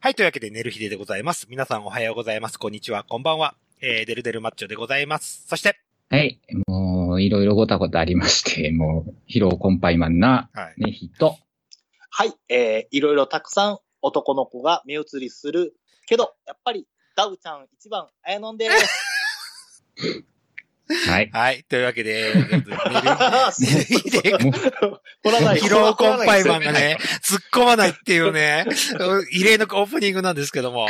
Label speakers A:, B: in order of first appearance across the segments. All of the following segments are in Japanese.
A: はい、というわけで、寝る日ででございます。皆さんおはようございます。こんにちは、こんばんは。えー、デルデルマッチョでございます。そして、
B: はい。もう、いろいろごたごたありまして、 もう、疲労困憊マンな、
A: はい。
B: ね、ヒと、
C: はい、えー、いろいろたくさん男の子が目移りするけど、やっぱりダウちゃん一番、あやのんでーす。
B: はい。
A: はい、というわけで、えー寝る日 で
B: もう
C: 取らない
A: 疲労困憊マンが ね、突っ込まないっていうね、異例のオープニングなんですけども。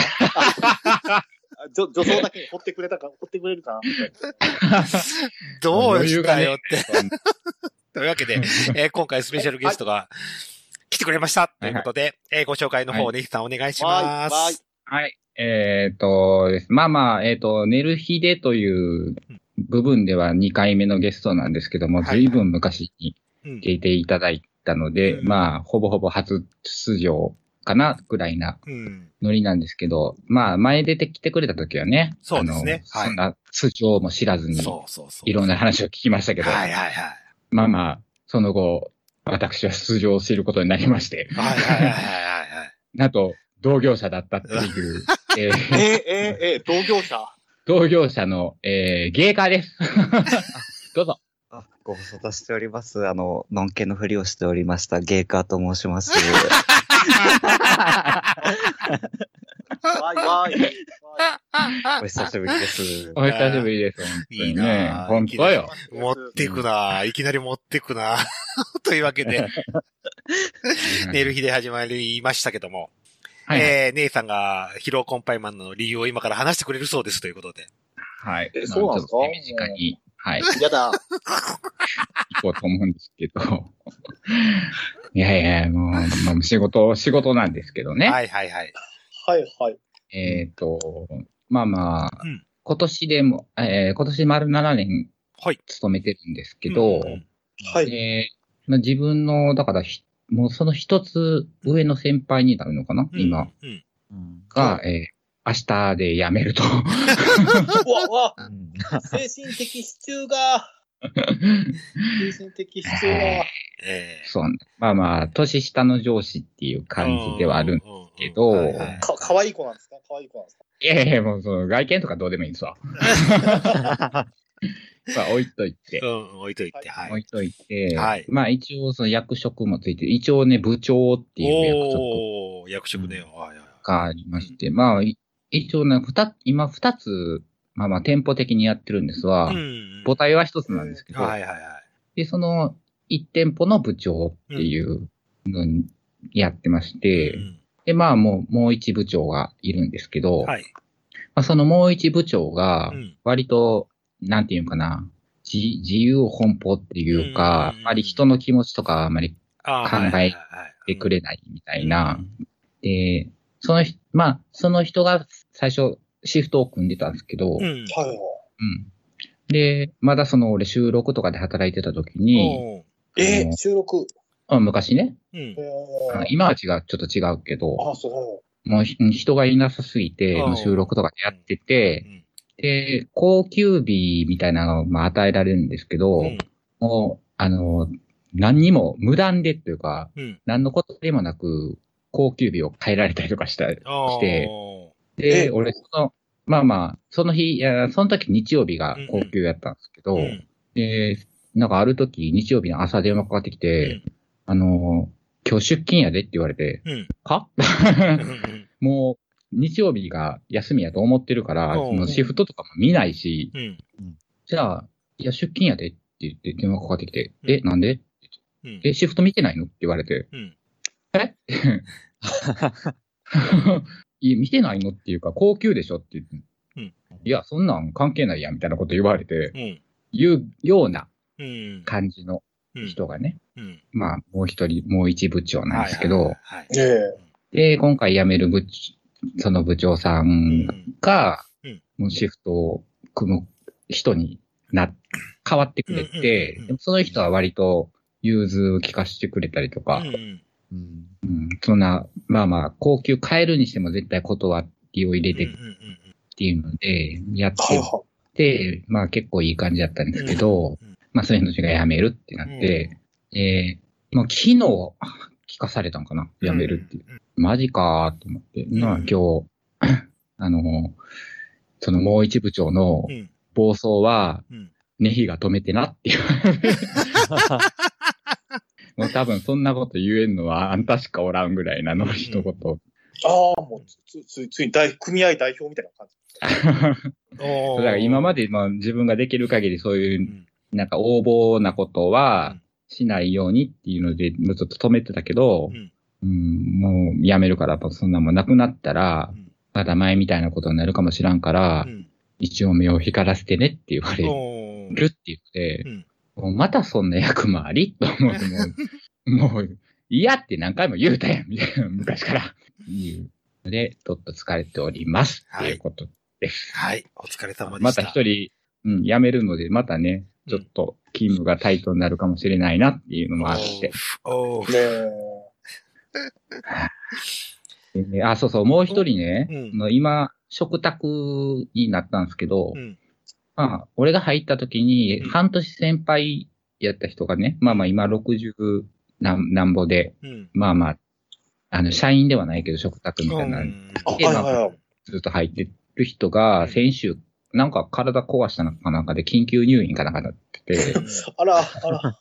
C: じょ 女装だけに掘ってくれたか、掘ってくれるかな。
A: どうしたよっ
B: 余
A: て。 というわけで、えー今回スペシャルゲストが来てくれました。ということで、えーご紹介の方、
B: は
A: ネヒさんお願いし
C: わ
A: ま
C: ーい、わーい
A: す。。
B: はい。えっ、とです、まあまあ、えっ、と、寝る日でという部分では2回目のゲストなんですけども、
A: はいはい
B: 随分昔に
A: うん
B: 聞いていただいたので、
A: うん
B: まあ、ほぼほぼ初出場かな、ぐらいな
A: うん。
B: ノリなんですけど、まあ、前出てきてくれた時はね、
A: そうですね
B: あの
A: はい
B: そんな素性も知らずに、
A: そうそうそう。
B: いろんな話を聞きましたけど、
A: はいはいはい。
B: まあまあ、その後、私は出場することになりまして、
A: はいはいはいはいはい。
B: なんと、同業者だったって いう、え
C: えー
B: ー、
C: えーえー同業者。
B: 同業者の、えー、ゲーカーです。どうぞ。
D: あご無沙汰しております。あの、のんけのふりをしておりました、ゲーカーと申します。
C: わーい、わーい。わ
D: お久しぶりです。
B: お久しぶりです。本当
A: いい
B: にね
A: な。あ
B: 本当よ。
C: ー い
A: 持ってくなぁいきなり持ってくな ぁというわけで、寝る日で始まりましたけども、
B: はいはい。
A: えー、姉さんが疲労困憊マンの理由を今から話してくれるそうですということで。
B: はい。
C: えそうなんですか
B: まあちょっと手短に、はい、行
C: やだ。
B: こうと思うんですけど。 いやいや、もう、もう仕事、仕事なんですけどね。
A: はいはいはい。
C: はい、はい。
B: えっ、と、まあまあ、
A: うん
B: 今年でも、えー今年丸7年
A: はい。
B: 勤めてるんですけど、
A: うんうん
C: はい。
B: えーまあ、自分の、だからひ、もうその一つ上の先輩になるのかな、今。
A: うん
D: うん
B: が、えー明日で辞めると。
C: うわ、うわ、
D: うん
C: 精神的支柱が。精神的 支柱が。
A: えー
B: そうなんだまあまあ、年下の上司っていう感じではあるんですけど
A: うんうんうんはいはい
C: か、可愛い子なんですか可愛い子なんですか
B: いやいや、もうその外見とかどうでもいいんで すわ。まあ置いといて
A: う。ん、置いといて、は
B: 置
A: い。
B: いといて、
A: はい
B: まあ一応その役職もついて、一応ね、部長っていう役職
A: おー、役職ね。はいはい
B: がありまして、まあい一応ね、二つ今二つ、まあまあ店舗的にやってるんですわ。
A: はいうん
B: 母体は一つなんですけど、
A: はいはいはい。
B: で、その一店舗の部長っていうのにやってまして、
A: うん
B: で、まあもう、もう一部長がいるんですけど、
A: はい。
B: まあ、そのもう一部長が
A: うん、
B: 割と、なんていうのかな、自自由奔放っていう
A: うんうんうん
B: か、
A: うん
B: あまり人の気持ちとかあまり
A: あー
B: 考え
A: はいはいはい
B: 出てくれないみたいな
A: う、
B: で、その人、まあ、その人が最初シフトを組んでたんですけど、
A: うんうん
C: はい、はい。
B: うんで、まだその俺収録とかで働いてた時に、
A: おー
C: え
B: あ
C: ー、
B: の
C: 収録。
B: あ昔ね、
A: うん
C: えー
B: あの今は違う、ちょっと違うけど、
C: あ、そう。
B: もうひ人がいなさすぎて、
A: うん
B: もう収録とかやって
A: う
B: て、
A: ん
B: で、高級日みたいなのがまあ与えられるんですけど、
A: うん
B: もう、あの、何にも無断でっていうか、
A: うん
B: 何のことでもなく、高級日を変えられたりとかした。
A: あー
B: して
C: え
B: で、俺、その、まあまあ、その日、いや、その時日曜日が高級やったんですけど、
A: うん
B: で、なんかある時、日曜日の朝電話かかってきて、あの、今日出勤やでって言われて、
A: うん
B: は
A: うんうん
B: もう、日曜日が休みやと思ってるから、
A: おう
B: そのシフトとかも見ないし、
A: うん
B: じゃあ、いや、出勤やでって言って電話かかってきて、
A: うん
B: え、なんで
A: うん
B: え、シフト見てないのって言われて、
A: うん
B: えいや見てないのっていうか、高級でしょって言って、
A: うん
B: いや、そんなん関係ないや、みたいなこと言われて、
A: うん
B: 言うような
A: うん
B: 感じの
A: うん
B: 人がね、
A: うん
B: まあ、もう一人、もう一部長なんですけど、
A: はいはいはい
C: ええ
B: で、今回辞める部、その部長さ
A: うんん
B: が、
A: うん
B: もうシフトを組む人にな、変わってくれて、
A: うんうんうんうん
B: でもその人は割と融通を聞かせてくれたりとか、
A: うん
D: うん
B: うんそんな、まあまあ、高級変えるにしても絶対断りを入れて
A: う
B: っ
A: んうん
B: ていうので、やって
C: はい、
B: っ
C: は
B: て、まあ結構いい感じだったんですけど、
A: うん
B: まあそういう人たちが辞めるってなって、えー、もう昨日、聞かされたんかな辞めるっていう。マジかーと思って、まあ今日、 あの、そのもう一部長の
A: うん。
B: 暴走は
A: うん、
B: ネヒが止めてなっ ていう。もう多分そんなこと言えんのはあんたしかおらんぐらいなの一言。
C: ああ、もうつ、つ、つ、ついに大、組合代表みたいな感じ。
A: お
B: だから今までまあ自分ができる限りそういうう、
A: ん
B: なんか横暴なこと
A: う
B: は
A: ん
B: しないようにっていうので、もうちょっと止めてたけど、
A: うん
B: うんもうやめるから、やっぱそんなもんなくなったら
A: うん、
B: まだ前みたいなことになるかもしらんから
A: う、ん。
B: 一応目を光らせてねって言われ
A: おー
B: るって言って
A: う、ん。
B: もうまたそんな役回りと思って、もう、もう、嫌って何回も言うたやん、みたいな、昔から。言うで、ちょっと疲れております。
A: はい
B: ということ
A: はい。お疲れ様で
B: ま
A: した。
B: た一人、うん、辞めるので、またね、ちょっと勤務がタイトになるかもしれないなっていうのもあって。
A: おー。
C: も
B: であ、そうそう、もう一人ね、
A: うん
B: あの今、食卓になったんですけど、
A: うん。
B: まあ、俺が入った時に、
A: うん
B: 半年先輩やった人がね、まあまあ今60なんなんぼで、
A: うん。
B: まあまあ、あの、社員ではないけど、食卓み
A: う
B: たいな、
A: ん。
C: あ、はい
B: で
C: はいはい。
B: ずっと入ってる人が、先週、なんか体壊したのかなんかで緊急入院かなんかなって て、
C: あら、あ ら。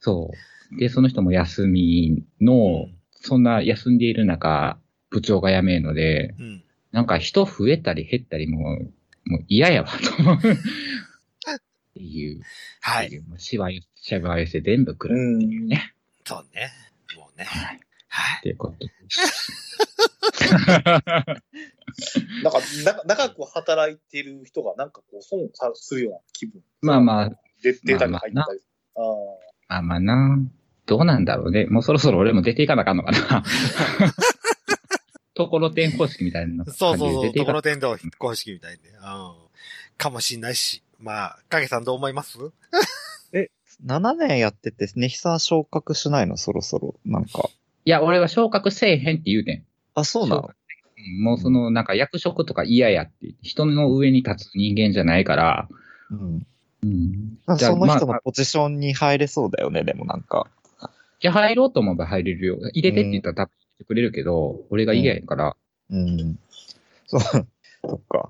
B: そう。で、その人も休みの、そんな休んでいる中、部長が辞めるので、
A: うん。
B: なんか人増えたり減ったりもう、もう嫌やわ、と思う。っていう、
A: は
B: って
A: い。
B: いう、もうしわ寄せ、しわ寄せ全部くる
C: ん。
A: そうね。もうね。
B: はい
A: はい
B: っ。ていうこと。
C: なんか、な長く働いてる人が、なんかこう、損さするような気分。
B: まあまあ、
C: で、データが入ったり。ああ
B: まあまあな。どうなんだろうね。もうそろそろ俺も出ていかなあかんのかな。ところてん方式みたいな感じで
A: そうそうそ
B: 出
A: う。
B: てい
A: とこ
B: か
A: ろ天道公式みたいで。うん。かもしんないし。まあ、影さんどう思います
D: 7年やってて、ネヒさん昇格しないのそろそろ。なんか。
B: いや、俺は昇格せえへんって言うてん。
D: あ、そうなの
B: うんもうその、なんか役職とか嫌やって、人の上に立つ人間じゃないから、
D: うん。
B: うん。
D: なんかその人
B: ま
D: の
B: あ
D: ポジションに入れそうだよね、でもなんか。
B: いや、入ろうと思えば入れるよ。入れてって言ったら多分入れてくれるけど、俺が嫌やから、
D: うん。そう。 そっか。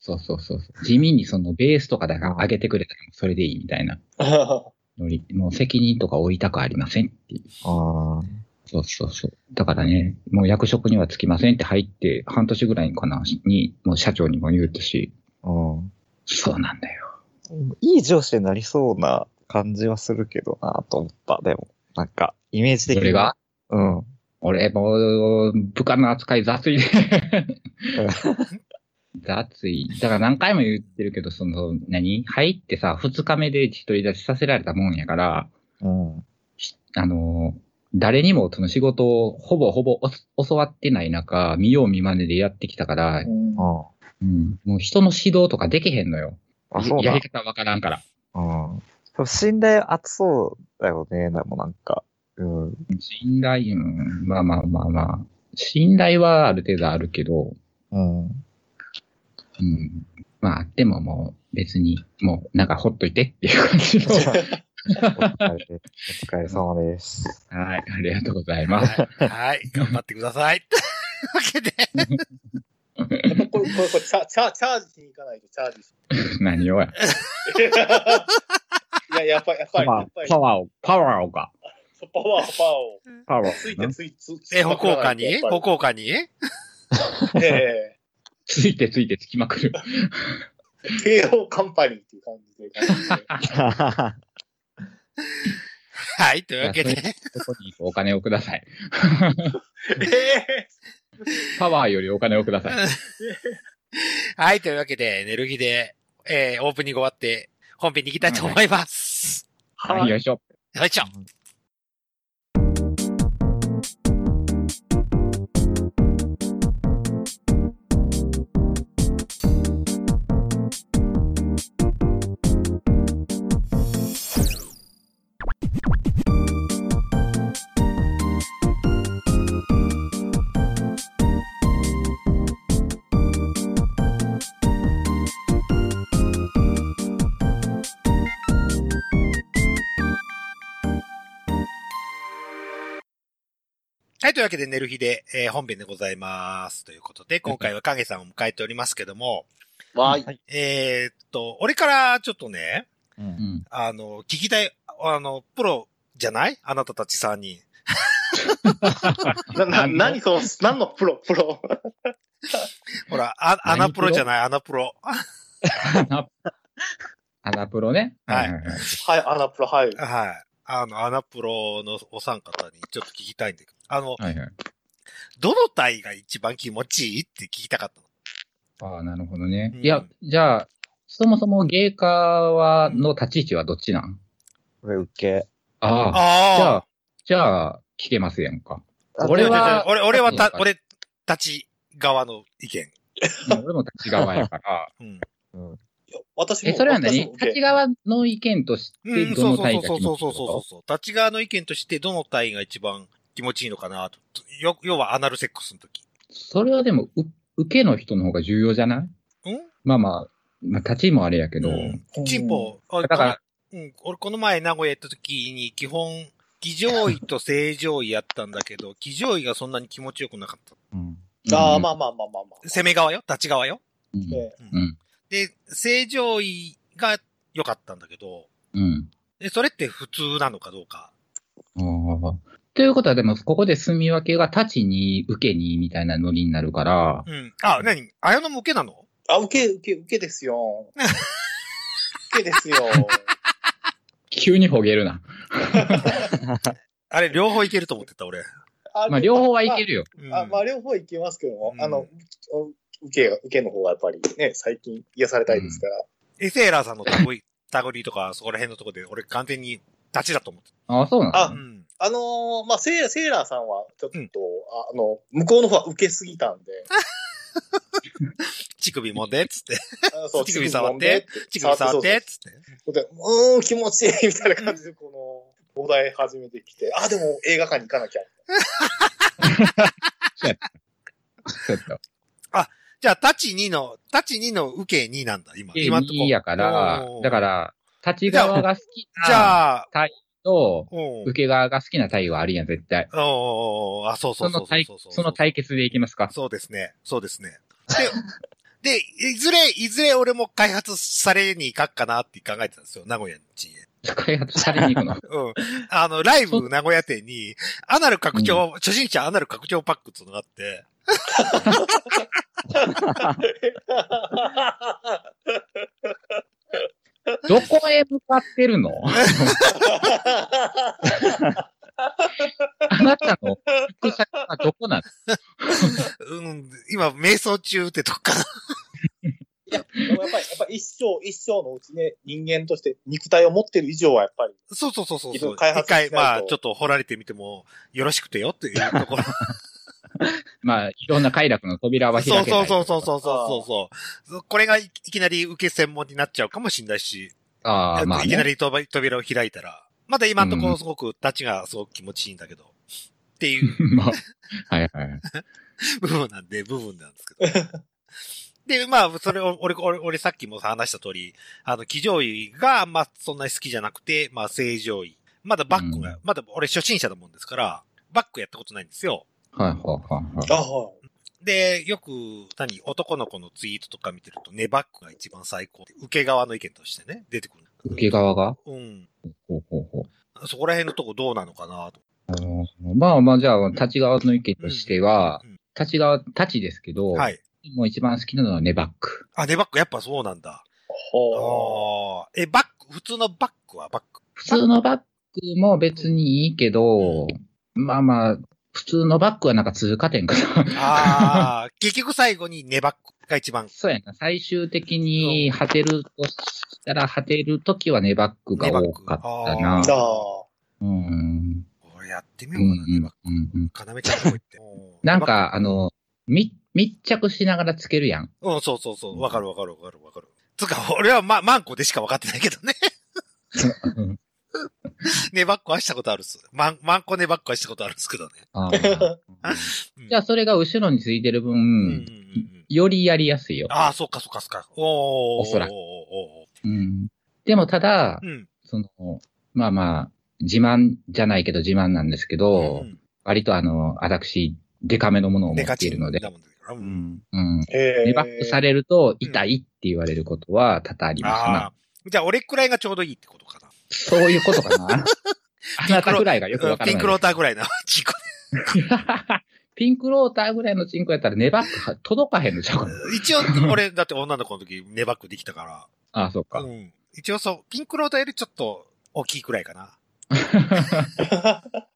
B: そうそうそうそう。地味にそのベースとかだから上げてくれたらそれでいいみたいな
C: ー。
B: ノリ。もう責任とか負いたくありませんっていう。
D: ああ。
B: そうそうそう。だからね、もう役職にはつきませんって入って、半年ぐらいかな、に、もう社長にも言うたし、
D: うん。
B: そうなんだよ。
D: いい上司になりそうな感じはするけどなと思った。でも、なんか、イメージ
B: そ
D: 的に。
B: れが
D: うん。
B: 俺もう、部下の扱い雑いで。 雑い。だから何回も言ってるけど、その、何入ってさ、二日目で独り立ちさせられたもんやから、
D: うん。
B: しあのー、誰にもその仕事をほぼほぼお教わってない中、見よう見まねでやってきたから、
C: うん
D: うん。
B: うん、もう人の指導とかできへんのよ。
D: あ、そう
B: や
D: だ
B: り。方わからんから。
D: うん。でも信頼厚そうだよね、でもなんか。うん。
B: 信頼、うん、まあまあまあまあ。信頼はある程度あるけど、
D: うん。
B: うん。まあ、でももう別に、もうなんかほっといてっていう感 じの。
D: お疲れお疲れ様です。
B: はい、ありがとうございます。
A: はい。はい。頑張ってください。というわけで。
C: やっぱこれ、これ、これ、チャチャチャージしに行かないと、 チャージし
B: 何をや。
C: いや、やっぱり、やっぱり、やっぱり、パ
B: ワーを、パワーをか。
C: ワー、パワーを。
B: パワ
C: ついて、ついて、ついて。
A: え、歩行家に歩
C: こ
A: 行家に
C: うえ
B: ついてついてつきまくる。
C: え。KO カンパニーっていう感 じで。
A: はい。というわけ
B: いや
A: で。
B: そこにお金をください。
C: え
B: パワーよりお金をください。
A: はい。というわけで、寝る日で、えー、オープニング終わって、本編に行きたいと思います。
C: はい
B: はい、よいしょ。
A: よいしょ。はい、というわけで、寝る日で、えー本編でございます。ということで、今回は影さんを迎えておりますけども、
C: わーい。
D: はい。
A: えーっと、俺からちょっとね、
D: う。
B: うんん。
A: あの、聞きたい、あの、プロじゃないあなたたち3人。
C: な、な、
B: 何
C: 何その、何のプロ、プロ。
A: ほら、あ、アナプロじゃない、アナプロ。
B: アナ、アナプロね。
A: はい
B: はいはい。
C: はい、アナプロ、はい。
A: はい。あの、アナプロのお三方にちょっと聞きたいんだけど、あの、
B: はいはい。
A: どの体が一番気持ちいいって聞きたかったの
B: ああ、なるほどね
A: う。ん
B: いや、じゃあ、そもそもゲーカーは、の立ち位置はどっちなん
D: これ受け。
B: ああ、じゃ
A: あ
B: あ、じゃあ、聞けますやんか。
D: あ
B: 俺は
A: 俺、俺はた
B: う、ん
A: 俺たち側の意見。
B: もう俺も立ち側や から。
A: うん。
C: いや私も
B: え、それは何
C: 私も受け
B: 立ち側の意見とし
A: うん、
B: て、ど
A: そう
B: の
A: そう
B: 体
A: そ
B: が
A: う
B: 気
A: そう
B: 持ちい
A: そう
B: い
A: そう
B: と
A: そう。立ち側の意見として、どの体が一番気持ちいいのかなと。よ、要はアナルセックスの時。
B: それはでも、う受けの人の方が重要じゃない
A: ん
B: まあまあ、まあ、立ち位もあれやけど。
A: うん。チンポ、あ
B: だから、
A: うん、俺この前名古屋行った時に基本、騎乗位と正常位やったんだけど、騎乗位がそんなに気持ちよくなかった。
D: うん。
C: あ
B: う
C: あ、
B: ん
C: まあまあまあまあまあ。
A: 攻め側よ立ち側よ
B: うん
C: え
B: うん。
A: で、正常位が良かったんだけど、
B: うん。
A: で、それって普通なのかどうか。
B: ああ。ということは、でも、ここで住み分けが立ちに、受けに、みたいなノリになるから、
A: うん。あ、なに綾野も受けなの
C: あ、受け、受け、受けです よ。受けですよ。
B: 急にほげるな。
A: あれ、両方いけると思ってた、俺。
C: あ
B: まあ、両方はいけるよ。
A: う
C: ま
A: ん
C: あ。あまあ、両方いけますけども、
A: うん
C: あの、お受けが、受けの方がやっぱりね、最近癒されたいですから。
A: エセーラーさんのタゴリ、タゴリとか、そこら辺のとこで、俺完全に立ちだと思って
B: ああ、そうなの
A: た。
C: あ
A: うん。
C: あのーまあ、セーセーラーさんは、ちょっと、
A: うん
C: ああの、向こうの方は受けすぎたんで、
A: 乳首もんで、つって。
C: あそう、
A: 乳首触って
C: 乳
A: 乳首触っ。
C: そうそう
A: て、つって。
C: そうでうーん、気持ちいいみたいな感じで、この、お題始めてきて、あ、でも映画館に行か なきゃ。
B: ちょっと。
A: じゃあ、立ち2の、立ち2の受け2なんだ、今。
B: い
A: 今んとこ。
B: いやから
A: お、ー
B: だから、立ち側が好き
A: じ
B: な
A: ゃあ、
B: と、
A: うん。
B: 受け側が好きな対応あるやん、絶対。
A: おーおーおーあ、そうそ
B: そう
A: そ
B: の
A: うそう
B: 対、
A: そうそう。
B: その対決でいきますか。
A: そうですね。そうですね。で、で、いずれ、いずれ俺も開発されに行かっかなって考えてたんですよ、名古屋の地へ。
B: 開発されに行くの。
A: うん。あの、ライブ名古屋店に、アナル拡張、初心者アナル拡張パックっていうのがあって、
B: どこへ向かってるのあなたの行く先はどこなの
A: うん、今、瞑想中ってとこかな。
C: でもやっぱり、やっぱり一生、一生のうちね、人間として肉体を持ってる以上は、やっぱり、
A: そうそうそうそうそう。
C: 開発
A: 一回、
C: しないと
A: まあ、ちょっと掘られてみてもよろしくてよっていうところ。
B: まあ、いろんな快楽の扉は開けた
A: そう
B: い
A: そうそうそうそうそうそうそう。これがいいきなり受け専門になっちゃうかもしれないし、
B: ああ、まあ、
A: いきな
B: ね。
A: り扉扉を開いたら、まだ今のとこ
B: う
A: ろ
B: ん
A: すごく立ちがすごく気持ちいいんだけど、っていう
B: まあ、はいはい。
A: 部分なんで、部分なんですけど。 で、まあ、それを、俺、俺、俺さっきも話した通り、あの、騎乗位が、まあ、そんなに好きじゃなくて、まあ、正常位。まだバックが、
B: うん
A: まだ俺初心者だもんですから、バックやったことないんですよ。
B: はいはいはいはい。
C: あは
A: で、よく、何、男の子のツイートとか見てると、ネバックが一番最高って。受け側の意見としてね、出てくる。
B: 受け側が
A: うん。
B: ほうほうほう。
A: そこら辺のとこどうなのかなと。
B: あのまあまあ、じゃあ、立ち側の意見としては
A: うんうん、
B: 立ち側、立ちですけど、
A: はい。
B: もう一番好きなのはネバック。
A: あ、ネバックやっぱそうなんだ。あ
C: は
A: あ。え、バック、普通のバックはバック。
B: 普通のバックも別にいいけど、まあまあ、普通のバックはなんか通過点かな。
A: ああ。結局最後にネバックが一番。
B: そうやな。最終的に果てるとしたら、果てるときはネバックが多かった
A: ネバッ
B: な
A: ク。
C: あ。
B: うん。
A: 俺やってみよ
B: う
A: うかな、ネ
B: ん
A: バック。
B: うんうん
A: かなめちゃんとこ行って。う
B: なん、か、あの、み、密着しながらつけるやん。
A: うん、そうそうそう。わかるわかるわかるわかる。つうか、俺はま、マンコでしか分かってないけどね。 ネバックはしたことあるっす。マン、マンコネバックはしたことあるっすけどね。
B: あー じゃあ、それが後ろについてる分、
A: うんうんうんうん。
B: よりやりやすいよ。
A: ああ、そっかそっかそっか。おー。
B: おそらく
A: おーお
B: うん、でも、ただ
A: ーおー。う、ん。
B: その、まあまあ、自慢じゃないけど自慢なんですけど、
A: うん
B: 割とあの、私、デカめのものを持
A: で
B: っ
A: か
B: てい
A: ち
B: るので、
A: だもんだから。う。
D: うんん。
B: うん。
C: え
B: ネバップされると痛いって言われることは多々ありました
A: あ
B: な
A: あ。。じゃあ、俺くらいがちょうどいいってことかな。
B: そういうこと かな。あなたぐらいがよくわからない。
A: ピンクローターぐらい な。ちっこ
B: ピンクローターぐらいのチンコやったらネバック届かへんのちゃうかな。
A: い一応、俺、だって女の子の時、ネバックできたか
B: ああ、そう
A: ら。
B: か
A: う。ん。一応そう、ピンクローターよりちょっと大きいくらいかな。
B: はいはい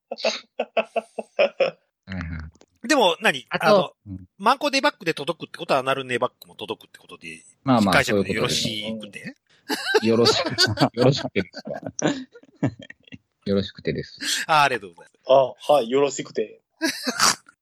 A: でも何、
B: あ
A: あの
B: と、、うん
A: マンコネバックで届くってことは、アナルネバックも届くってことで、
B: まあまあ、
A: 解
B: そう
A: 釈
B: いうこ
A: でよろ
B: とですね。
A: しくて。
B: よろしく、よろしくてですわ。よろしくてです。
A: ああ、ありがとうございます。
C: あ、はい、よろしくて。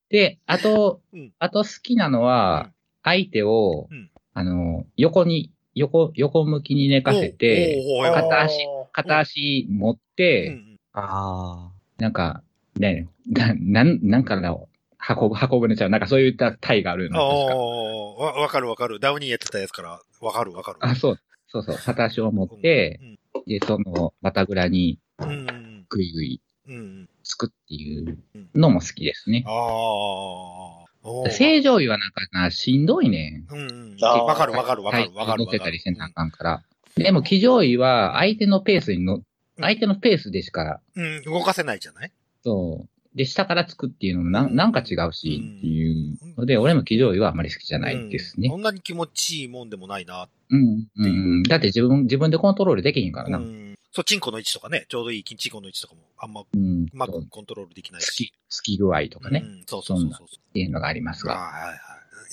B: で、あと
A: うん、
B: あと好きなの
A: う
B: は
A: ん、
B: 相手を
A: うん、
B: あの、横に、横、横向きに寝かせて、
A: おうおうおう
B: 片足片足持って、
A: うんうん
D: あ
B: なんか、ね、な、なん、なんかな、箱、箱舟ちゃう。なんかそういった体があるの。確か
A: おーわわかるわかる。ダウニーやってたやつから、わかるわかる。
B: あ、そう、そうそう。片足を持って、で、その、またぐらに
A: うん。うん。
B: ぐいぐい
A: うん。うん。
B: つくっていうのも好きですね
A: あ。あ。おー
B: 正常位はなんかな、しんどいねん。
A: うんうん。
C: あー
A: わかるわかるわかるわかる
B: 乗
A: わ
B: せ
A: か
B: たり
A: る
B: せ。なあかんから。でも、騎乗位は相手のペースにの、
A: うん
B: 相手のペースでしか、
A: うん、動かせないじゃない
B: そう。で、下からつくっていうのもな、
A: うん
B: なんか違うし、っていうので、俺も騎乗位はあまり好きじゃないですね
A: うん。そんなに気持ちいいもんでもないな。
B: うんうん。だって自分、自分でコントロールできへんから
A: う
B: な。
A: ん。そう、チンコの位置とかね、ちょうどいいチンコの位置とかも、あんま、う
B: うん。
A: ま
B: そ
A: く
B: う
A: コントロールできないし
B: 好き、。好き具合とかね、
A: う
B: っ
A: ん。そうそうそうそう。
B: ていうのがあります
A: はい
B: が。
A: はいはい。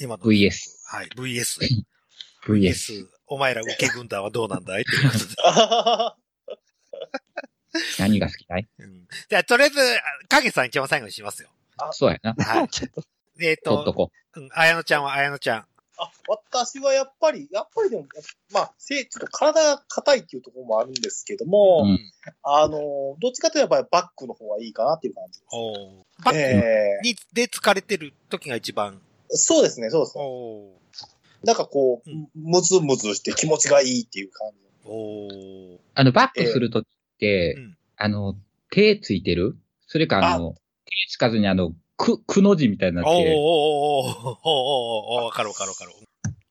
A: 今の。
B: VS。
A: はい、VS。
B: VS。。
A: お前ら受け軍団はどうなんだいっていうこと で。
B: 何が好きかい
A: うんじゃあ、とりあえず、影さん一番最後にしますよ。
B: そうやな。
A: はい。えっ
B: 取っと
A: と、
B: こ
A: うん綾乃ちゃんは綾乃ちゃん。
C: あ、私はやっぱり、やっぱりでも、まあ、せいちょっと体が硬いっていうところもあるんですけども、
B: うん
C: あの、どっちかといえばバックの方がいいかなっていう感じです。
A: おーバック
C: え
A: に、で疲れてる時が一番。
C: ーそうですね、そうですね。
A: おー
C: なんかこう
A: うん、
C: ムズムズして気持ちがいいっていう感じ。
A: おー
B: う。あの、バックするときって、
A: ええうん
B: あの、手ついてるそれか、あの、手つかずにあの、く、くの字みたいにな
A: おーおーおーおーおーおー
B: って、
A: おーわかるわかるわかる。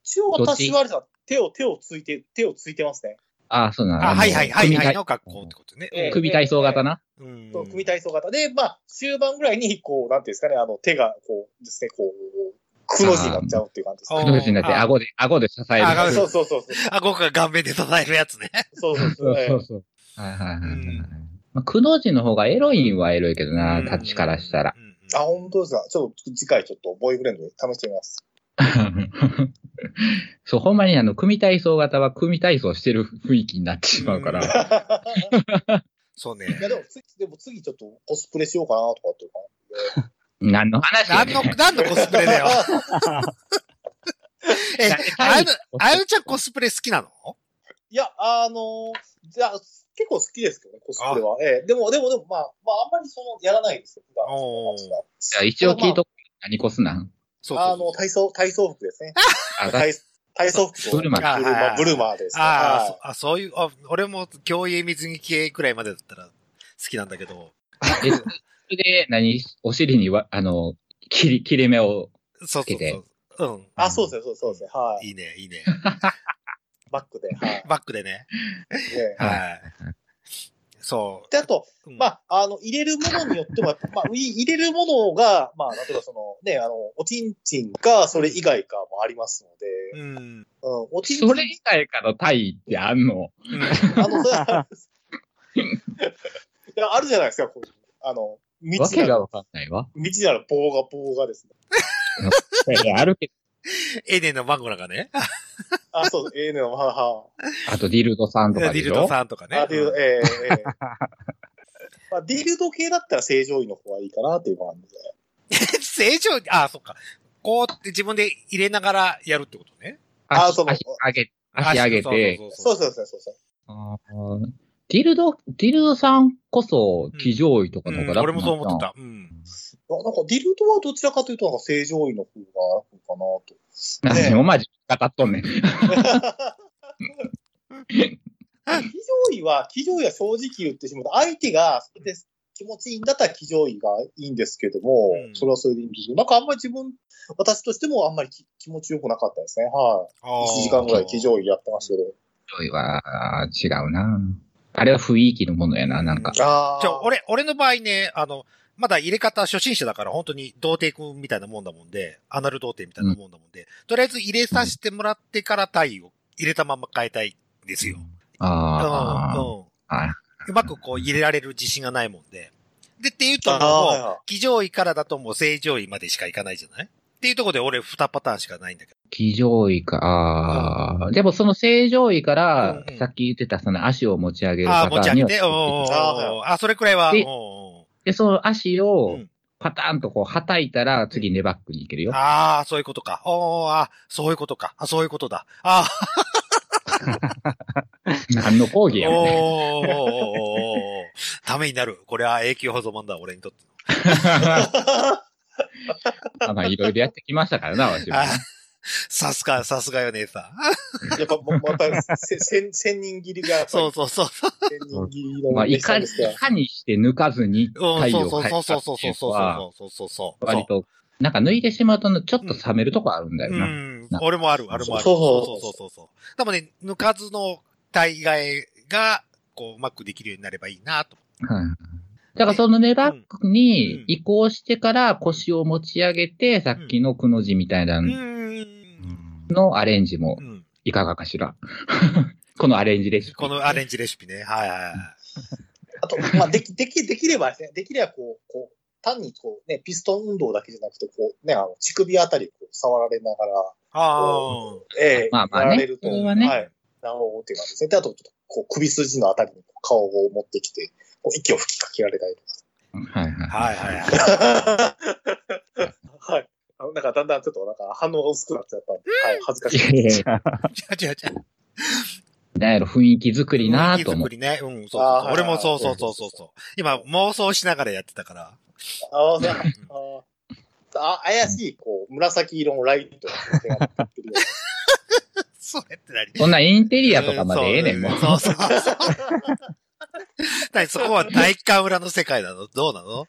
C: 一応私はあれさ、手を、手をついて、手をついてますね。
B: ああ、そうなの
A: あ、はいはいはいはい
B: あ
A: の格好ってことね。
B: の
C: ええ
B: 組体操型な。
A: うん
C: そう組体操型で、まあ、終盤ぐらいに、こう、なんていうんですかね、あの、手が、こう、ですね、こう、くの字になっちゃうっていう感じです
A: あー
C: ね。
B: くの字になって、
A: あ
B: 顎で、顎で支える。
A: あー
C: そうそうそうそう。
A: あ、僕が顔面で支えるやつね。
C: そうそう
B: そ
C: そうう。
B: そうそう。はいはいはいは
A: う
B: い
A: ん。
B: まあ、くの字の方がエロいんはエロいけどな、
A: うん
B: タッチからしたら。。
A: うん
C: あ、本当ですか。ちょっと次回ちょっとボーイフレンドで試してみます。
B: そう、ほんまにあの、組体操型は組体操してる雰囲気になってしまうか
A: うん
B: ら。
C: い
A: そうね。
C: や、でも次、でも次ちょっとコスプレしようかなとかっていうか。
B: 何の話や
A: 何
B: ねん
A: の、何のコスプレだよ。え、あやの、あやのちゃんコスプレ好きなの
C: いや、あのじゃあ、結構好きですけどね、コスプレは。ええ、でも、でも、でも、まあ、まあ、あんまりその、やらないですよ、普段
A: おー
C: 私は
B: じゃあ一応聞いとく。何こすなん
A: そう
C: あ
A: そう
C: の、
A: そう。
C: 体操、体操服ですね。
B: あ、だ
C: 体体操服を
B: ブルマ
C: ブルマ、ブルマーですね。
A: あ
C: は
A: あ、あ、そういう、あ、俺も競泳水着系くらいまでだったら好きなんだけど。
B: えそれで、何お尻にわ、あの、切り、切れ目を。
A: そうそう
B: つけて
A: そう。うん。
C: いあ、そうですね、そうそうですね。はい。
A: いいね、いいね。
C: バックで。はい。
A: バックでね。
C: ね
B: はい
A: はい。そ
C: で、あと、
A: う。うん
C: ま、あ、あの、入れるものによっても、やっぱまあ、い入れるものが、まあ、例えばその、ね、あの、おちんちんか、それ以外かもありますので、
A: うん。
C: うん、おちんちん。
B: それ以外から体位ってあんの
C: あの、そ れはいやあるじゃないですか、こうあの、道
B: わけ
C: な
B: が
C: ら、
B: わかんないわ。
C: 道なら棒が棒がですね。
B: い やあるけど。
A: エデンのマンゴラがね。
C: あ、 そう、ええね、はは。
B: あと、ディルドさんと
A: デ
B: かで
A: ィ
B: し
A: ル
B: ょ
A: ドさんとかね。
C: あ、ディルド、ええええまあ、ディルド系だったら正常位の方がいいかなっていう感じで。
A: 正常に、あ、そっか。こうって自分で入れながらやるってことね。
C: あ
B: 足
C: そ
B: 足
C: の
B: 上げ、足上げて。
A: そうそ
C: そうう
A: そう
C: そうそうそうそう。
B: あーディルド、ディルドさんこそ、騎乗位とか
A: そう。
B: の方
A: う
B: が
A: ん
B: 楽
A: 俺
B: な
A: もそう
B: んちゃ
A: 思ってた。うん。
C: あなんかディルドはどちらかというと、なんか正常位の方が楽かなと。
B: なん
C: ね
B: でお前自分語っとんねん。
C: 騎乗位は、騎乗位は正直言ってしまうと、相手が、それで気持ちいいんだったら気乗位がいいんですけども、
A: うん
C: それはそれでいいんですけど、なんかあんまり自分、私としてもあんまりき気持ちよくなかったですね。は
A: あー
C: い。1時間ぐらい気乗位やってましたけど。
B: 上位は違うな。あれは雰囲気のものやな、なんか。
C: あ
A: じゃあ、俺、俺の場合ね、あの、まだ入れ方初心者だから、本当に童貞君みたいなもんだもんで、アナル童貞みたいなもんだもんで、とりあえず入れさせてもらってから体位を入れたまま変えたいんですよ。
B: あ
A: うん
B: ー
A: うん
B: あ。
A: うまくこう入れられる自信がないもんで。で、っていうともう、
C: あー
A: 気上位からだともう正常位までしかいかないじゃないっていうところで俺2パターンしかないんだけど。
B: 気上位か、ああ。でもその正常位か
A: う
B: ら
A: んうん、
B: さっき言ってたその足を持ち上げる
A: ああ
B: パ
A: ー、持ち
B: ター
A: 上
B: ンに
A: げ
B: は
A: て。うんうんうんあ、それくらいは。
B: で
A: うんうんうん
B: で、その足
A: う
B: を
A: ん
B: パターンとこう、はたいたら、次ネバックに行けるよ。
A: ああ、そういうことか。おーあそういうことか。あそういうことだ。あ
B: 何の講義
A: ー
B: や
A: おー
B: ね
A: お
B: ん。
A: ーおーおーおーためになる。これは永久保存版だ、俺にとって。
B: まあまあ、いろいろやってきましたからな、私
A: あ
B: は
A: ー。さすが、さすがよ、姉さん。
C: やっぱ、もうやっぱ、せ 千、千人切りが、やっぱ
A: そ
C: り
A: うそうそう。
C: 千人切りの
B: まあ、い
C: 列
B: か
C: 車
B: に、い
C: ですから。
B: かにして抜かずに
A: うん、
B: 太
A: そ
B: 陽
A: う
B: を
A: そうそ
B: 変え
A: うそ
B: た
A: うそ
B: って
A: う
B: い
A: そう
B: うのは、
A: そうそうそうそう。
B: 割と、なんか抜いてしまうと、ちょっと冷めるとこあるんだよ
A: う
B: な。
A: ん
B: な。
A: 俺もある、あるもある。
C: そう
A: そうそうそうそう。でもね、抜かずの対替が、こう、うまくできるようになればいいなと。
B: はいだからそのネバック
A: うん
B: に移行してから腰を持ち上げて、さっきのくの字みたいな
A: う
B: の
A: ーん。
B: のアレンジも
A: うん。
B: いかがかしら。 このアレンジレシピ。
A: このアレンジレシピね。はいはいはい。
C: あと、まあ、でき、でき、できればですね、できればこう、こう、単にこう、ね、ピストン運動だけじゃなくて、こう、ね、あの、乳首あたり、こう、触られながら、
A: ああ。
C: ええ
B: まあまあね
C: やられると。
B: それはね
C: い。なるほどっていう感じですね。で、あと、ちょっと、こう、首筋のあたりにこう顔を持ってきて、こう、息を吹きかけられたりと
B: はいはい。
A: はいはいはい。
C: か。はい。あのなんか、だんだんちょっと、なんか、反応が薄くなっちゃったんで、はい、恥ずかしい。
B: いやいや
A: じゃじゃじゃ。
B: なんやろ、雰囲気作りなぁと思
A: 作
B: う。
A: りね。うん、そうそう
C: あ
A: そ
C: ー
A: う。
C: はい
A: 俺もそうそうそうそうそう。今、妄想しながらやってたから。
C: ああ、そう
A: うん
C: ああ、怪しい、こう、紫色のライトが手がかかってるような
A: それって何
B: そんなインテリアとかまでええねん、もう。
A: そうそうそう。何そこは大官裏の世界なのどうなの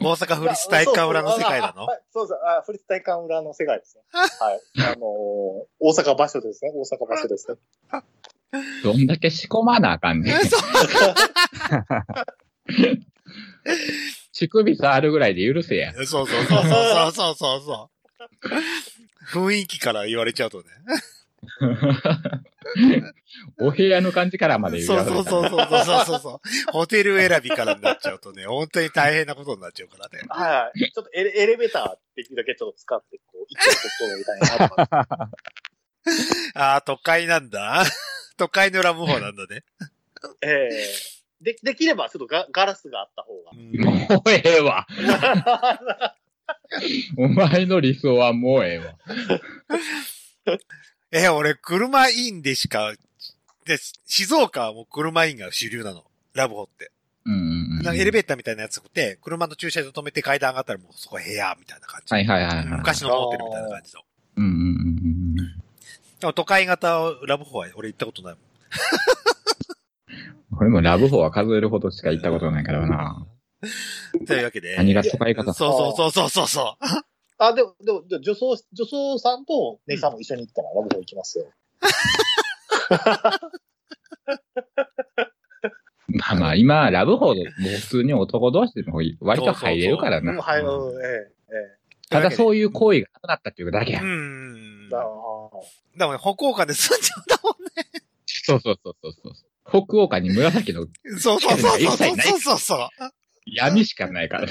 A: 大 阪府立大官裏の世界なの
C: あそうそう、あ、府立体館裏の世界ですね。はい。あのー大阪場所ですね。大阪場所ですね。
B: どんだけ仕込まなあかんねん。 乳首触るぐらいで許せや。
A: そうそうそうそうそうそうそう。雰囲気から言われちゃうとね。
B: お部屋の感じからまで許せ
A: そうそうそうそうそうそうそう。ホテル選びからになっちゃうとね、本当に大変なことになっちゃうからね。
C: はいはい。ちょっとエレエレベーターできるだけちょっと使って、こう、一気に整えたいなとか。
A: ああ、都会なんだ。 都会のラムホなんだね。
C: ええで、できればちょっとガガラスがあった方が。
B: もうえ えわ。お前の理想はもうええわ。
A: え、俺、車インでしか、で、静岡はもう車インが主流なの。ラブホって。
B: うんうんう
A: な
B: ん。
A: んかエレベーターみたいなやつがて、車の駐車場止めて階段上がったらもうそこ部屋みたいな感じ。
B: はいはいはいはい。
A: 昔のホテルみたいな感じの。
B: うんうんうん
A: でも都会型ラブホは俺行ったことないもん。
B: うん。これもラブホは数えるほどしか行ったことないからな。
A: というわけで。
B: 何が使い方
A: そうそうそうそうそうそう。
C: あ、でも、でも、でも女装、女装さんと姉さんも一緒に行ったらラブホ行きますよ。
B: まあまあ、今、ラブホでもう普通に男同士でも割と入れるから
C: うん、
B: な。
C: はい、うんええ
B: ただそうういう行為がなくなったっていうだけや
A: う。ん。
C: ええだ
A: だもんね、北欧館で住んじゃうんだもんね。
B: そうそうそうそうそう。北欧館に紫の
A: そうそうそ うそうそうそうそう。
B: 闇しかないから。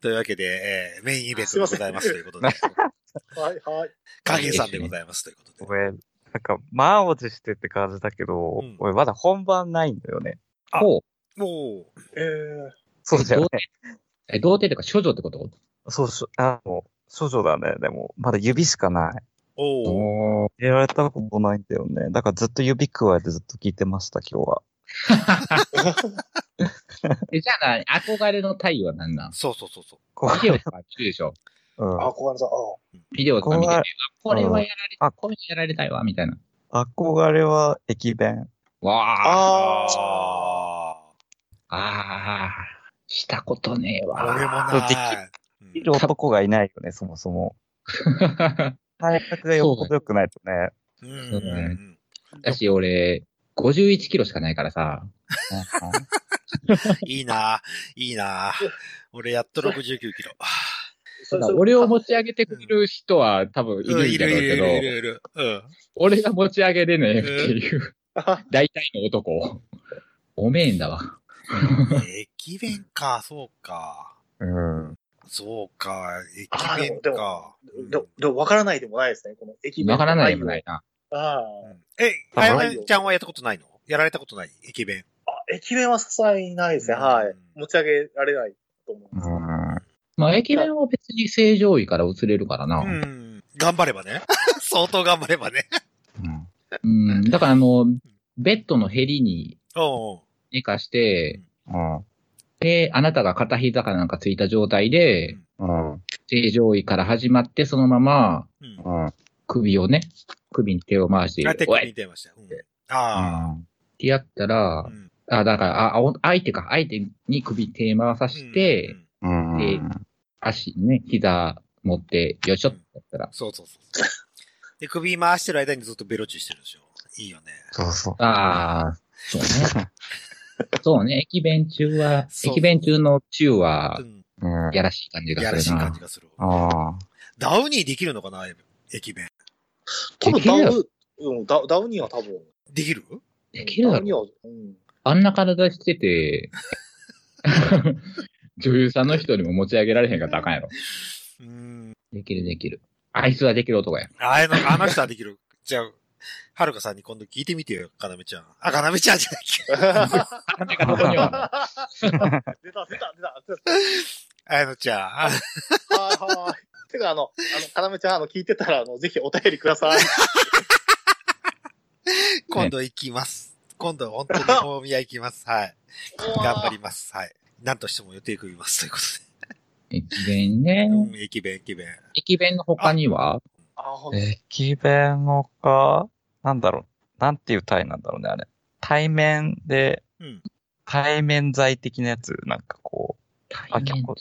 A: というわけで、えーメインイベントでございますということで、
C: はい、はい。
A: 影さんでございますということで。
D: 俺、なんか、満を持してって感じだけど、
A: うん
D: 俺まだ本番ないんだよね。
A: あ
B: ほう。
A: もう、
C: ええ
D: そうじゃね
B: 童。貞え、童貞とか処女ってこと
D: そうしょ、あの、少女だね。でも、まだ指しかない。
A: おお。
B: おー。
D: 入れられたことないんだよね。だからずっと指加えてずっと聞いてました、今日は。
B: え、じゃあな、憧れの対は何なん
A: そうそうそうそう。
D: こ
B: ビデオとか見るでしょ
D: うん、
C: あ、小金さん、あ
B: ビデオとか見てて、
D: 憧
B: あ
D: れ
B: これはやられ
D: あ
B: これやられたいわ、みたいな。
D: 憧れは駅弁。
B: わあ、
C: ああ。
A: あ
B: ああ、したことねえ
A: あ。俺も
B: わ。
A: ない。
D: いる男がいないよね、そもそも。体格がよっぽど良くないとね。
A: うん
B: そ
A: う
B: う
A: んう
B: だね
A: ん
B: だし、俺、51キロしかないか らさ。
A: いいな、いいな。俺やっと69キロ。
C: それ
B: 俺を持ち上げてくれる人は多分い
A: うん
B: る
A: い
B: んだ
A: るい
B: ろう
A: るいるい
B: けど、
A: るいる。うん。
B: 俺が持ち上げれねえっていう、
C: あ
B: 大体の男を。おめえんだわ。
A: 駅弁か、そうか。
D: うん。
A: そうか、駅弁か。
C: でもでも、わからないでもないですね。この駅弁。
B: わからないでもないな。
C: あ
A: う
C: あ。
A: んえ、あやめちゃんはやったことないのやられたことない駅弁。
C: あ駅弁はさすがにないですね。は
A: うん
C: い。持ち上げられないと思う
D: う。ん。
B: まあ、駅弁は別に正常位から移れるからな。
A: う。ん。頑張ればね。 相当頑張ればね。
B: うん。うんだから、あの、ベッドのヘリに
A: うん。
B: 寝かして、
D: うん。
B: で、あなたが片膝かなんかついた状態で、
D: うん。
B: 正常位から始まって、そのまま
A: うん。
D: うん。
B: 首をね、首に手を回して、
A: あ、テ
B: お
A: ク
B: い
A: に
B: っ
A: 出ました。うん
B: て
A: あ
B: てやった
A: あ。
B: ら
A: う、ん
B: あ、だから、ああ、お相手か、相手に首手回さして、
A: うん
D: うん。
B: で足ね、膝持って、よいしょってやったら、
A: そうそうそう。で、首回してる間にずっとベロチュしてるんですよ。いいよね。
D: そうそう。
B: ああ、そ うね。そうね、駅弁中は、
A: そう
B: 駅弁中の中は
A: う、ん。
D: うん。
B: やらしい感じが
A: やらし
B: す
A: い
B: る
A: 感
B: な
A: じ。がする。
D: ああ。
A: ダウニーできるのかな駅弁。
C: 多分
B: できる
C: ダ
B: やろ
C: ウ、うん、ダダウニーは多分。
A: できる
B: できるだ
C: ダウニー
B: ろ
C: は、うん。
B: あんな体して て、女優さんの人にも持ち上げられへんかったらあかんやろ。
A: うん。
B: できるできる。あいつはできる 男や。
A: あ の、あの人はできる。じゃあ、はるかさんに今度聞いてみてよ、かなめちゃん。あ、かなめちゃんじゃないっ
B: あんな男には。
C: 出た、出た、出た。
A: け。あやのちゃん。あ
C: はいはい。てか、あの、あの、かなめちゃん、あの、聞いてたら、あの、ぜひお便りください。
A: 今度行きます。今度、本当に大宮行きます。はい。頑張ります。はい。なんとしても予定組みます。というこ
B: 駅弁ね
A: と。で。うん、駅弁、駅弁。
B: 駅弁の他には
C: あ、ほんと
D: 駅弁のか、なんだろう。なんていう単位なんだろうね、あれ。対面で、
A: うん。
D: 対面剤的なやつ、なんかこう。あ、
B: 対面
D: 結構、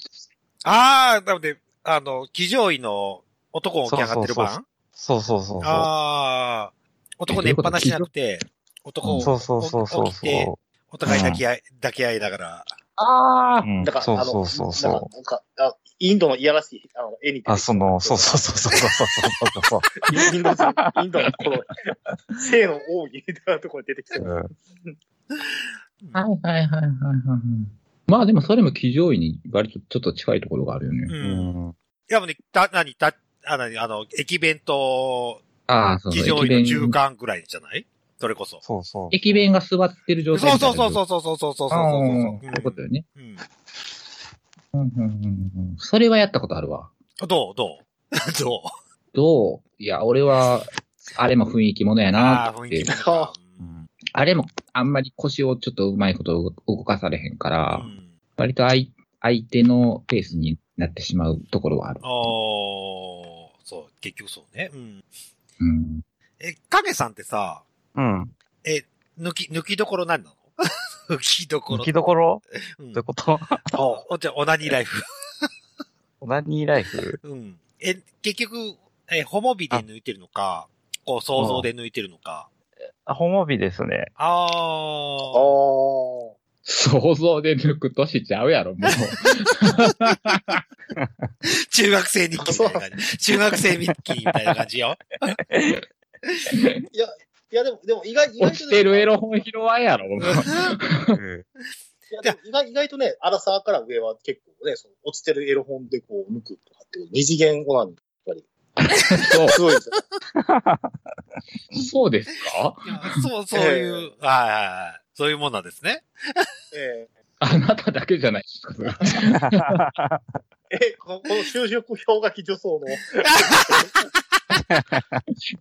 A: あー、なので、あの、騎乗位の男が起き上がってる
D: そうそう
A: 番
D: そうそうそうそ
A: ああ、男寝っぱなしじゃなくて、男
D: う。
A: を
D: そうそうそうそう
A: 起きて、
D: そ
A: お互い抱き合い、抱き合いながら。
B: あ
D: う。うん
C: だから、
D: そ
C: あの
D: うそうそうそう。
C: なんか、なんかあインドのいやらしい、あの、絵に出てきた
D: あ、その、そうそうそうそうそうそうそう
C: インド人、インドのこの、性の奥義みたいなところに出てきて
D: そう。
C: る。
D: うん
B: はいはいはいはいはいはい。まあでもそれも騎乗位に割とちょっと近いところがあるよ
A: う
B: ね。
A: ん。い
D: うん
A: や、もうね、た、なに、た、あ、なに、あの、駅弁と、
B: ああ、そう
A: 地
B: そう。
A: 上
B: 駅
A: 位の
B: 弁。
A: 中間ぐらいじゃないそれこそ。
D: そうそう。
B: 駅弁が座ってる
A: そ
B: 状
A: う
B: 態
A: そう
B: みた
A: そ
B: い
A: う
B: な
A: そうそうそうそうそうそうそう
B: う
A: う
B: んそういうことよね。
A: ん。
B: うんうんうんうんそれはやったことあるわ。
A: うんどう どうど
B: どういや、俺は、あれも雰囲気ものや
A: うあ
B: な
A: あ、
B: っ
A: 雰囲
B: て
A: 気。とか。
D: うん
B: あれもあんまり腰をちょっとうまいこと動動かされへんか
A: う
B: ら、
A: ん。
B: 割と相相手のペースになってしまうところはある
A: あ。ーそう、結局そうね。うん。
B: うん、
A: え、影さんってさ、
D: うん。
A: 抜き、抜きどころ何なの 抜きどころ。
D: 行きどころ
A: うん
D: どういうこ
C: あ
D: と
A: おじゃあ、オナニーライフ。
D: オナニーライフ
A: うん。え、結局、え、ホモビで抜いてるのか、こう、想像で抜いてるのか。
D: あ、ホモビですね。
A: あ
C: あ
A: ー。
C: ー。
B: 想像で抜く年ちゃうやろ、もう。
A: 中学生日記みたいな感じ。中学生日記みたいな感じよ。
C: いや、いやでも、でも意外、意外
B: 落
C: と
B: ち
C: ね、
B: てるエロ本拾わんやろ、もう。
D: うん
C: いやでも意外意外とね、アラサーから上は結構ね、その落ちてるエロ本でこう、抜くとかっていう、二次元オナニー、
B: そ
C: すごいですよ。
B: う、そうですか
A: いやそう、そういう、はいはいはい。そういうもんなんですね。
C: え
B: あなただけじゃないですか、それ
C: ええ、この、この就職氷河期女装の、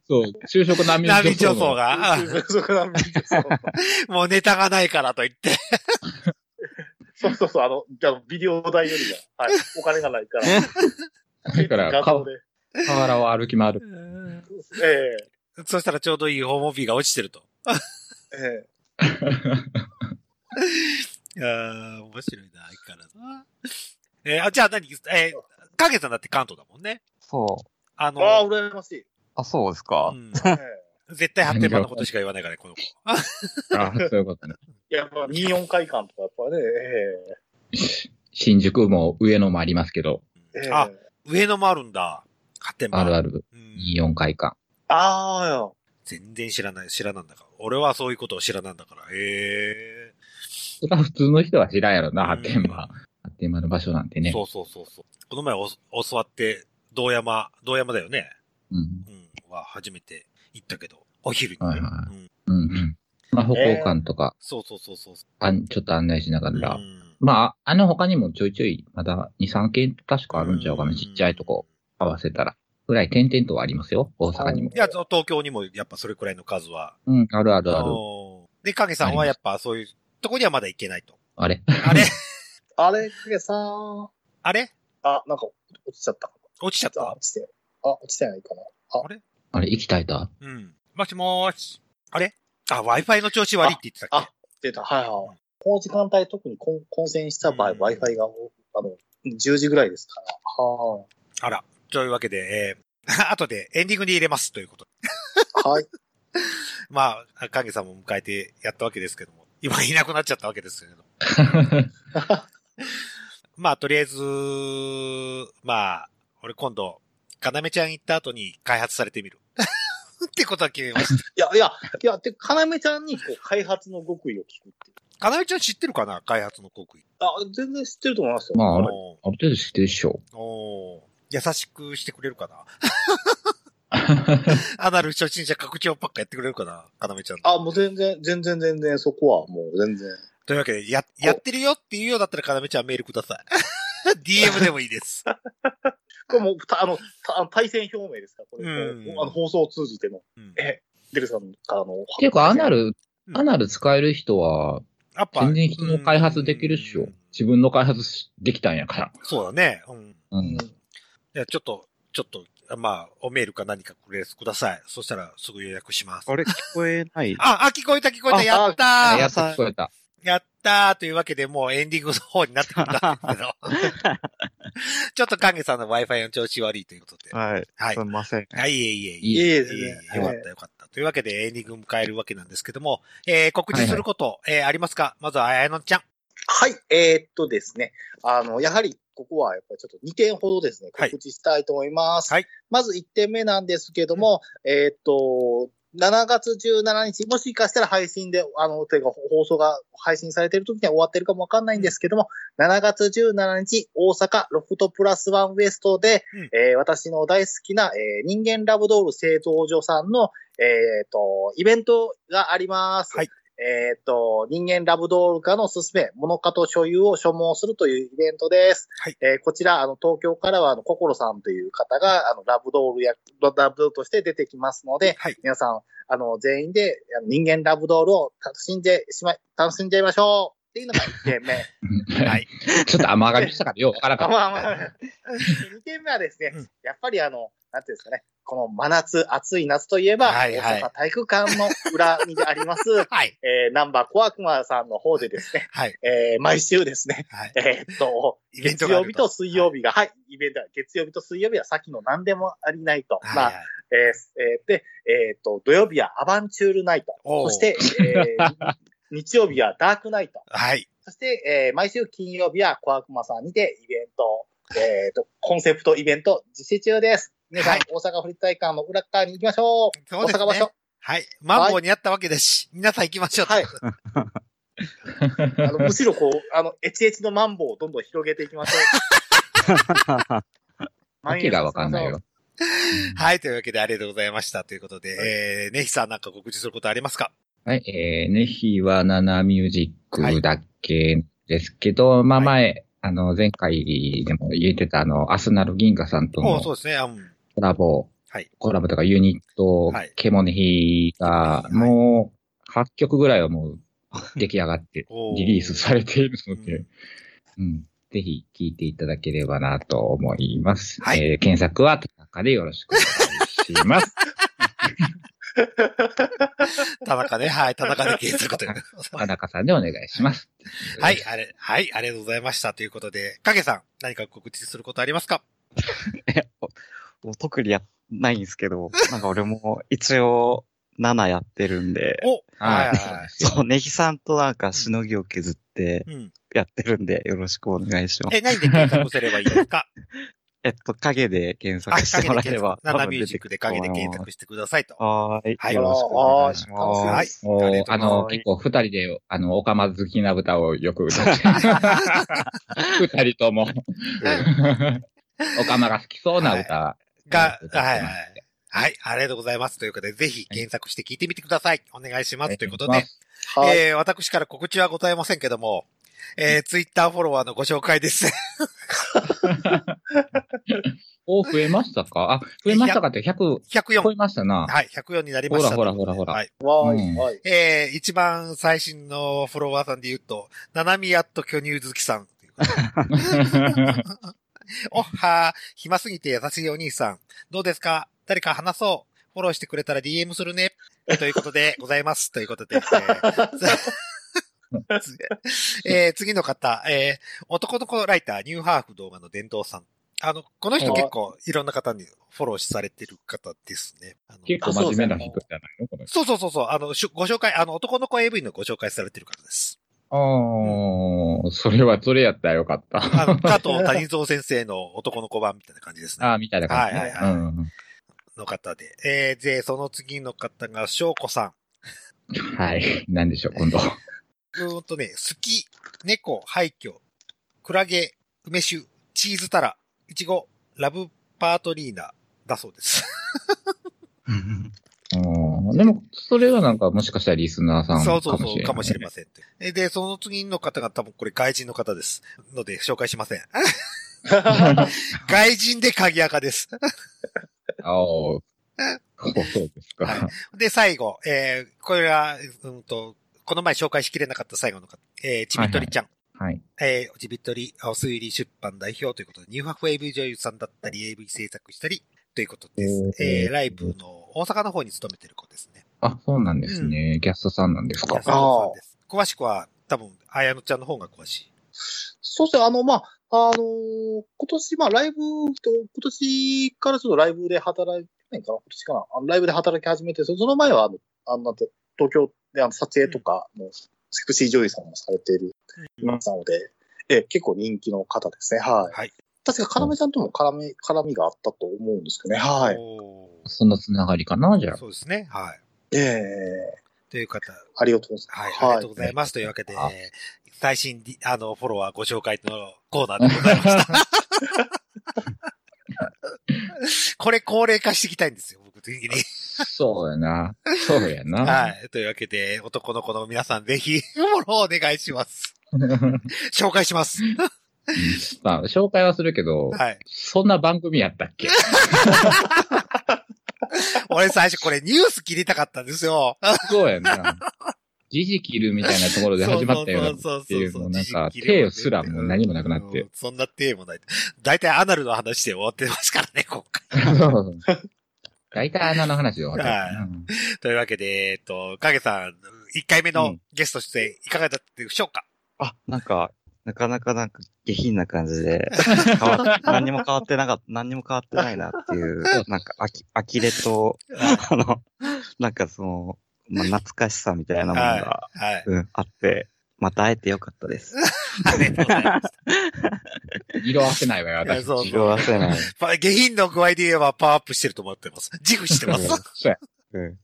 B: そう、就職難民
A: ナビ女
B: 女
A: 装
B: 装が。
A: が、あ
C: 就職難民女装。
A: もうネタがないからと言って。
C: そうそうそう、あの、あのビデオ代よりは、はい、お金がないから。
B: だから、
C: 画像
B: 河
C: で。
B: 原を歩き回る。
C: え
A: そしたらちょうどいいホモビが落ちてると。
C: えええ
A: ああ、面白いな、相変わらずな。えーあ、じゃあ何えー、影さんだって関東だもんね。
D: そう。
A: あの、
C: ああ、羨ましい。
D: あ、そうですか
A: う。ん
C: ええ
A: 絶対発展版のことしか言わないからね、この子。
B: あそういうことね。
C: やっぱ24回間とか、やっぱね、
B: 新宿も上野もありますけど、
C: ええええ
A: あ、上野もあるんだ。発展版。
B: あるある、
A: うん
B: 24回間。
C: ああよ。
A: 全然知らない、知らなんだから。俺はそういうことを知らなんだから。え
B: それは普通の人は知らんやろな、
A: うん
B: 発展場。発展場の場所なんて
A: え
B: ね。
A: そうそうそうそう。この前お、教わって、道山、道山だよね。
B: うん。
A: うん。は初めて行ったけど、お昼にね。
B: はいは
A: うん。
B: うんうん。まあ、歩行感とか、
A: そうそうそうそう。
B: あんちょっと案内しながら。
A: うん
B: まあ、あの他にもちょいちょい、まだ2、3件確かあるんちゃうかな、ちっちゃいとこ。合わせたら。ぐらい点々とはありますよ、大阪にも
A: い。や、そう東京にもやっぱそれくらいの数は。
B: うん、あるあるある。
A: おーで、影さんはやっぱそういうとこにはまだ行けないと。
B: あれ
A: あ れ
C: あれ、けさん。
A: あれ
C: あ、なんか、落ちちゃった。
A: 落ちちゃっ
C: あ、
A: た
C: 落ちて。あ、落ちてないかな。
B: あれ、行きたい だ
A: うん。もしもーし。あれあ、Wi-Fi の調子悪いって言ってたっけ
C: あ出た。はいはい。この時間帯特に混混戦した場合、
A: うん
C: Wi-Fi が、あの、10時ぐらいですから。は
A: あら。というわけで、えー、 後でエンディングに入れますということ。
C: い。はい。
A: まあ、影さんも迎えてやったわけですけども、今いなくなっちゃったわけですけど。まあ、とりあえず、まあ、俺今度、かなめちゃん行った後に開発されてみる。 ってことは決めました。
C: いや、いや、いや、て、かなめちゃんにこう開発の極意を聞くっていう。
A: かなめちゃん知ってるかな開発の極意。
C: あ、全然知ってると思いますよ。
B: まああれ
A: お
B: ある程度知ってるっしょ。
A: ーおー優しくしてくれるかな アナル初心者拡張ばっかやってくれるかなかなめちゃんの。
C: あ、もう全然、全然全然、そこはもう全然。
A: というわけで、や、やってるよっていうようだったら、かなめちゃんメールください。DM でもいいです。
C: これもう、たあの、たあの対戦表明ですから、これ、
A: うん
C: こうあの放送を通じての、
A: うん
C: えデルさんからの。
B: っていうか、アナル、
A: うん
B: アナル使える人は、
A: やっぱ。
B: 全然人の開発できるっし
A: う
B: ょ
A: ん。
B: 自分の開発しできたんやから。
A: そうだね。うん。
B: う
C: うんん。。
A: いや、ちょっと、ちょっと、まあ、おメールか何かくれください。そしたら、すぐ予約します。
D: あれ、聞こえない。
A: あ、あ、聞こえた聞こえた。
D: あ
A: やったー
B: あや
A: や
B: っと聞こえた。
A: ったーというわけで、もうエンディングの方になってくるんだけ ど。ちょっと影さんの Wi-Fi の調子悪いということで。
D: はい。
A: はい
D: す。みません。
A: はい、いえいえいえ。
B: い
C: いえいえ、全
A: いえい
C: 然
A: えよかったよかった。というわけでエンディングを迎えるわけなんですけども、えー、告知すること、えー、ありますかまずは、あやのちゃん。
C: はい、えーっとですね。あの、やはり、ここはやっぱりちょっと2点ほどですね、
A: はい
C: 告知したいと思います。
A: はい
C: まず1点目なんですけども、えーっと、7月17日、もしかしたら配信で、あの、というか放送が配信されている時には終わってるかもわかんないんですけども、7月17日、大阪ロフトプラスワンウエストで、
A: うん
C: えー私の大好きな、えー人間ラブドール製造所さんの、えーっと、イベントがあります。
A: はい
C: えーっと、人間ラブドール化のすすめ、モノ化と所有を所望するというイベントです。
A: はい
C: えーこちら、あの、東京からは、あの、心さんという方が、あの、ラブドールや、ラブドールとして出てきますので、
A: はい。
C: 皆さん、あの、全員で、あの人間ラブドールを楽しんでしまい、楽しんじゃいましょうっていうのが1点目。
A: は
B: はいい。 ちょっと甘がみしたからようわからんか
C: あ
B: った。
C: まあまあ。2点目はですね
A: うん、
C: やっぱりあの、なんていうんですかね、この真夏、暑い夏といえば、
A: はいはい
C: 大阪体育館の裏にあります、
A: はい。
C: えー、ナンバーコアクマさんの方でですね、
A: はい。
C: えー、毎週ですね、
A: はい。
C: えーっと、
A: イベント
C: 月
A: があ
C: 曜
A: る
C: 日と水曜日が、はい、イベントが、月曜日と水曜日はさっきの何でもありないと。
A: はい
C: ま
A: はい
C: あ、えーえーで、えーっと、土曜日はアバンチュールナイト。
A: おう
C: そして、え ー日曜日はダークナイト。
A: はい。
C: そして、えー毎週金曜日は小悪魔さんにてイベント、えーと、コンセプトイベント実施中です。皆さん、
A: はい
C: 大阪府立体育館の裏側に行きましょ う。
A: そうです
C: 大阪場
A: ね
C: 所。。
A: はい。マンボウにあったわけですし、皆さん行きましょう。
C: はい。あの、 むしろこう、あの、エチエチのマンボウをどんどん広げていきましょ う。
B: わけがわかんないよ。。
A: はい。というわけでありがとうございました。ということで、えー、ネヒさんなんか告知することありますか
B: はい、えー、ねひはななミュージックだけですけど、まあ前、あの、前回でも言ってたあの、アスナル銀河さんと
A: おう
B: の
A: そう
B: コ
A: ですね。うん。
B: ラボ、
A: はい。
B: コラボとかユニット
A: はい、
B: ケモネヒが、
A: はい
B: もう、8曲ぐらいはもう、出来上がって
A: おー、
B: リリースされているの
A: う
B: で、うん。ぜひ聴いていただければなと思います。
A: はい
B: えー検索は、田中でよろしくお願いします。
A: 田中ね、はい、田中で継続 という。
B: 田中さんでお願いします。
A: はい、あれ、はい、ありがとうございました。ということで、影さん、何か告知することありますか
D: もう特にや、ないんですけど、なんか俺も一応7やってるんで、
A: お
B: は
A: はいいは
D: そう、ネギさんとなんかしのぎを削って
A: い。うん。
D: やってるんで、よろしくお願いします。
A: え、何で検索すればいいです か
D: えっと、影で検
A: あ、
D: 索し
A: 影
D: て
A: で
D: も
A: 検
D: らえれば
A: 索。。
D: 多
A: ナナ
D: 分
A: ミュー
D: 出
A: ジ
D: て
A: ック
D: く
A: で
D: ると思
A: 影で
D: います
A: 検索してくださいと。
D: はーい。
A: はい
D: よろしくお願いし
C: は
D: ま
A: はい
D: す。。
B: もう
A: ありがとうござ
B: あ
A: います
B: の、結構二人で、あの、オカマ好きな豚を よく歌って、二人とも、オカマが好きそうな歌、
A: が、
B: うん
A: はいはい。はい、ありがとうございます。ということで、ぜひ検索して聞いてみてください。お願いします。ということで、
C: はい。
A: えー、私から告知はございませんけども、えー、ツイッターフォロワーのご紹介です。
B: お、増えましたかあ、増えましたかって100超
A: 104
B: え。ましたな。
A: はい、104になりました。
B: ほらほらほらほら
A: はい。
C: わ
B: うん
C: ーい、はい。
A: えー、一番最新のフォロワーさんで言うと、ななみやっと巨乳好きさん。おっはー、暇すぎて優しいお兄さん。どうですか誰か話そう。フォローしてくれたら DM するね。ということで、ございます。ということで。えーつえー次の方、えー男の子ライター、ニューハーフ動画の伝道さん。あの、この人結構いろんな方にフォローされてる方ですね。あの
B: 結構真面目な人じゃないのこの人。
A: そうそうそうそう、あの、しゅご紹介、あの、男の子 AV のご紹介されてる方です。
B: ああ、それはそれやったらよかった。
A: あの、加藤谷蔵先生の男の子版みたいな感じですね。
B: ああ、みたいな感じね。
A: はいはいはい
B: うん
A: の方で。えー、で、その次の方が、翔子さん。
B: はい。なんでしょう、今度。
A: うーんとね、好き、猫、廃墟、クラゲ、梅酒、チーズタラ、イチゴ、ラブパートリーナ、だそうです。
B: うんでも、それはなんか、もしかしたらリスナーさんか
A: そう
B: も
A: そう
B: しれない。
A: そう、かもしれませんって。えで、その次の方が多分これ外人の方です。ので、紹介しません。外人で鍵垢です。
B: ああ、そうです
A: は
B: か。
A: で、最後、えー、これは、うんと、この前紹介しきれなかった最後の方、えー、ちびっとりちゃん。
B: はい。
A: えー、ちびっとり、青推理出版代表ということで、ニューハーフ AV 女優さんだったり、AV 制作したり、ということです。
B: おー
A: えー、ライブの大阪の方に勤めてる子ですね。
B: あ、そうなんですね。キャストさんなんですか。
A: そうです。詳しくは、多分、あやのちゃんの方が詳しい。
C: そうですね、あの、まあ、あのー今年、まあ、ライブと、今年からちょっとライブで働いてないかな、今年かな、あのライブで働き始めて、そその前は、あの、あのなんて、東京であの撮影とかの、セクシー女優さんもされている、いますなので、ええ、結構人気の方ですね、はい。
A: はい。
C: 確か、要ちゃんとも絡み、絡みがあったと思うんですけどね、はい。
A: おー
B: そのつながりかな、じゃあ。
A: そうですね。はい。
C: ええ
A: という方、
C: ありがとうございま
A: はい、
C: す。
A: ありがとうございます。というわけで、最新ディ、あの、フォロワーご紹介のコーナーでございま した。これ高齢化していきたいんですよ、僕的に。
B: そうやな。そうやな。
A: はい。というわけで、男の子の皆さん、ぜひ、フォローお願いし ます。紹介します。
B: まあ、紹介はするけど、
A: はい。
B: そんな番組やったっけ
A: 俺最初これニュース切りたかったんですよ。
B: そう やな。時事切るみたいなところで始まったような。
A: そう
B: ていうもうなんか
A: 時事切れ
B: 手すらもう何もなくなって
A: うんそんな手もない。大体アナルの話で終わってますからね、今回。
B: そう大体穴の話で終わ
A: はい
B: る。うん
A: というわけで、えっと、影さん、1回目のゲスト出演、いかがだったでしょうか、
D: あ、なんか、なかなかなんか下品な感 じで、変わっ何にも変わってなかった、何にも変わってないなっていう、なんか、あき、呆れと、あの、なんかその、まあ、懐かしさみたいなものが、
A: はい。
D: うん、あって、また会えてよかったです。
A: ありがとうございます。
B: 色あせないわよ、私。
A: そう
D: 色褪せない。
A: まあ下品の具合で言えばパワーアップしてると思ってます。自負してます。
B: そうや。
D: うん。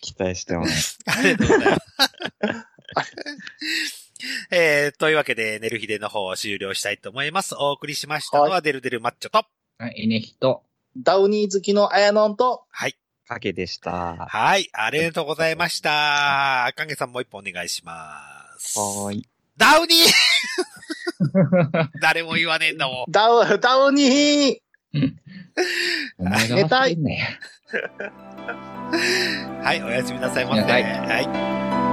D: 期待してます。
A: ありがとうございます。 えー、というわけで、寝る日での方を終了したいと思います。お送りしましたのは、デルデルマッチョと、
B: はいいね、人。
C: ダウニー好きのあやのんと、
D: 影でした。は
A: はい、ありがとうございました。影さんもう一本お願いします。
D: ーい。
A: ダウニー 誰も言わねえんだもん。
C: ダウ、ダウニー
B: お前が忘れんなよ。
A: はい、おやすみなさいませ。
B: はい
A: はい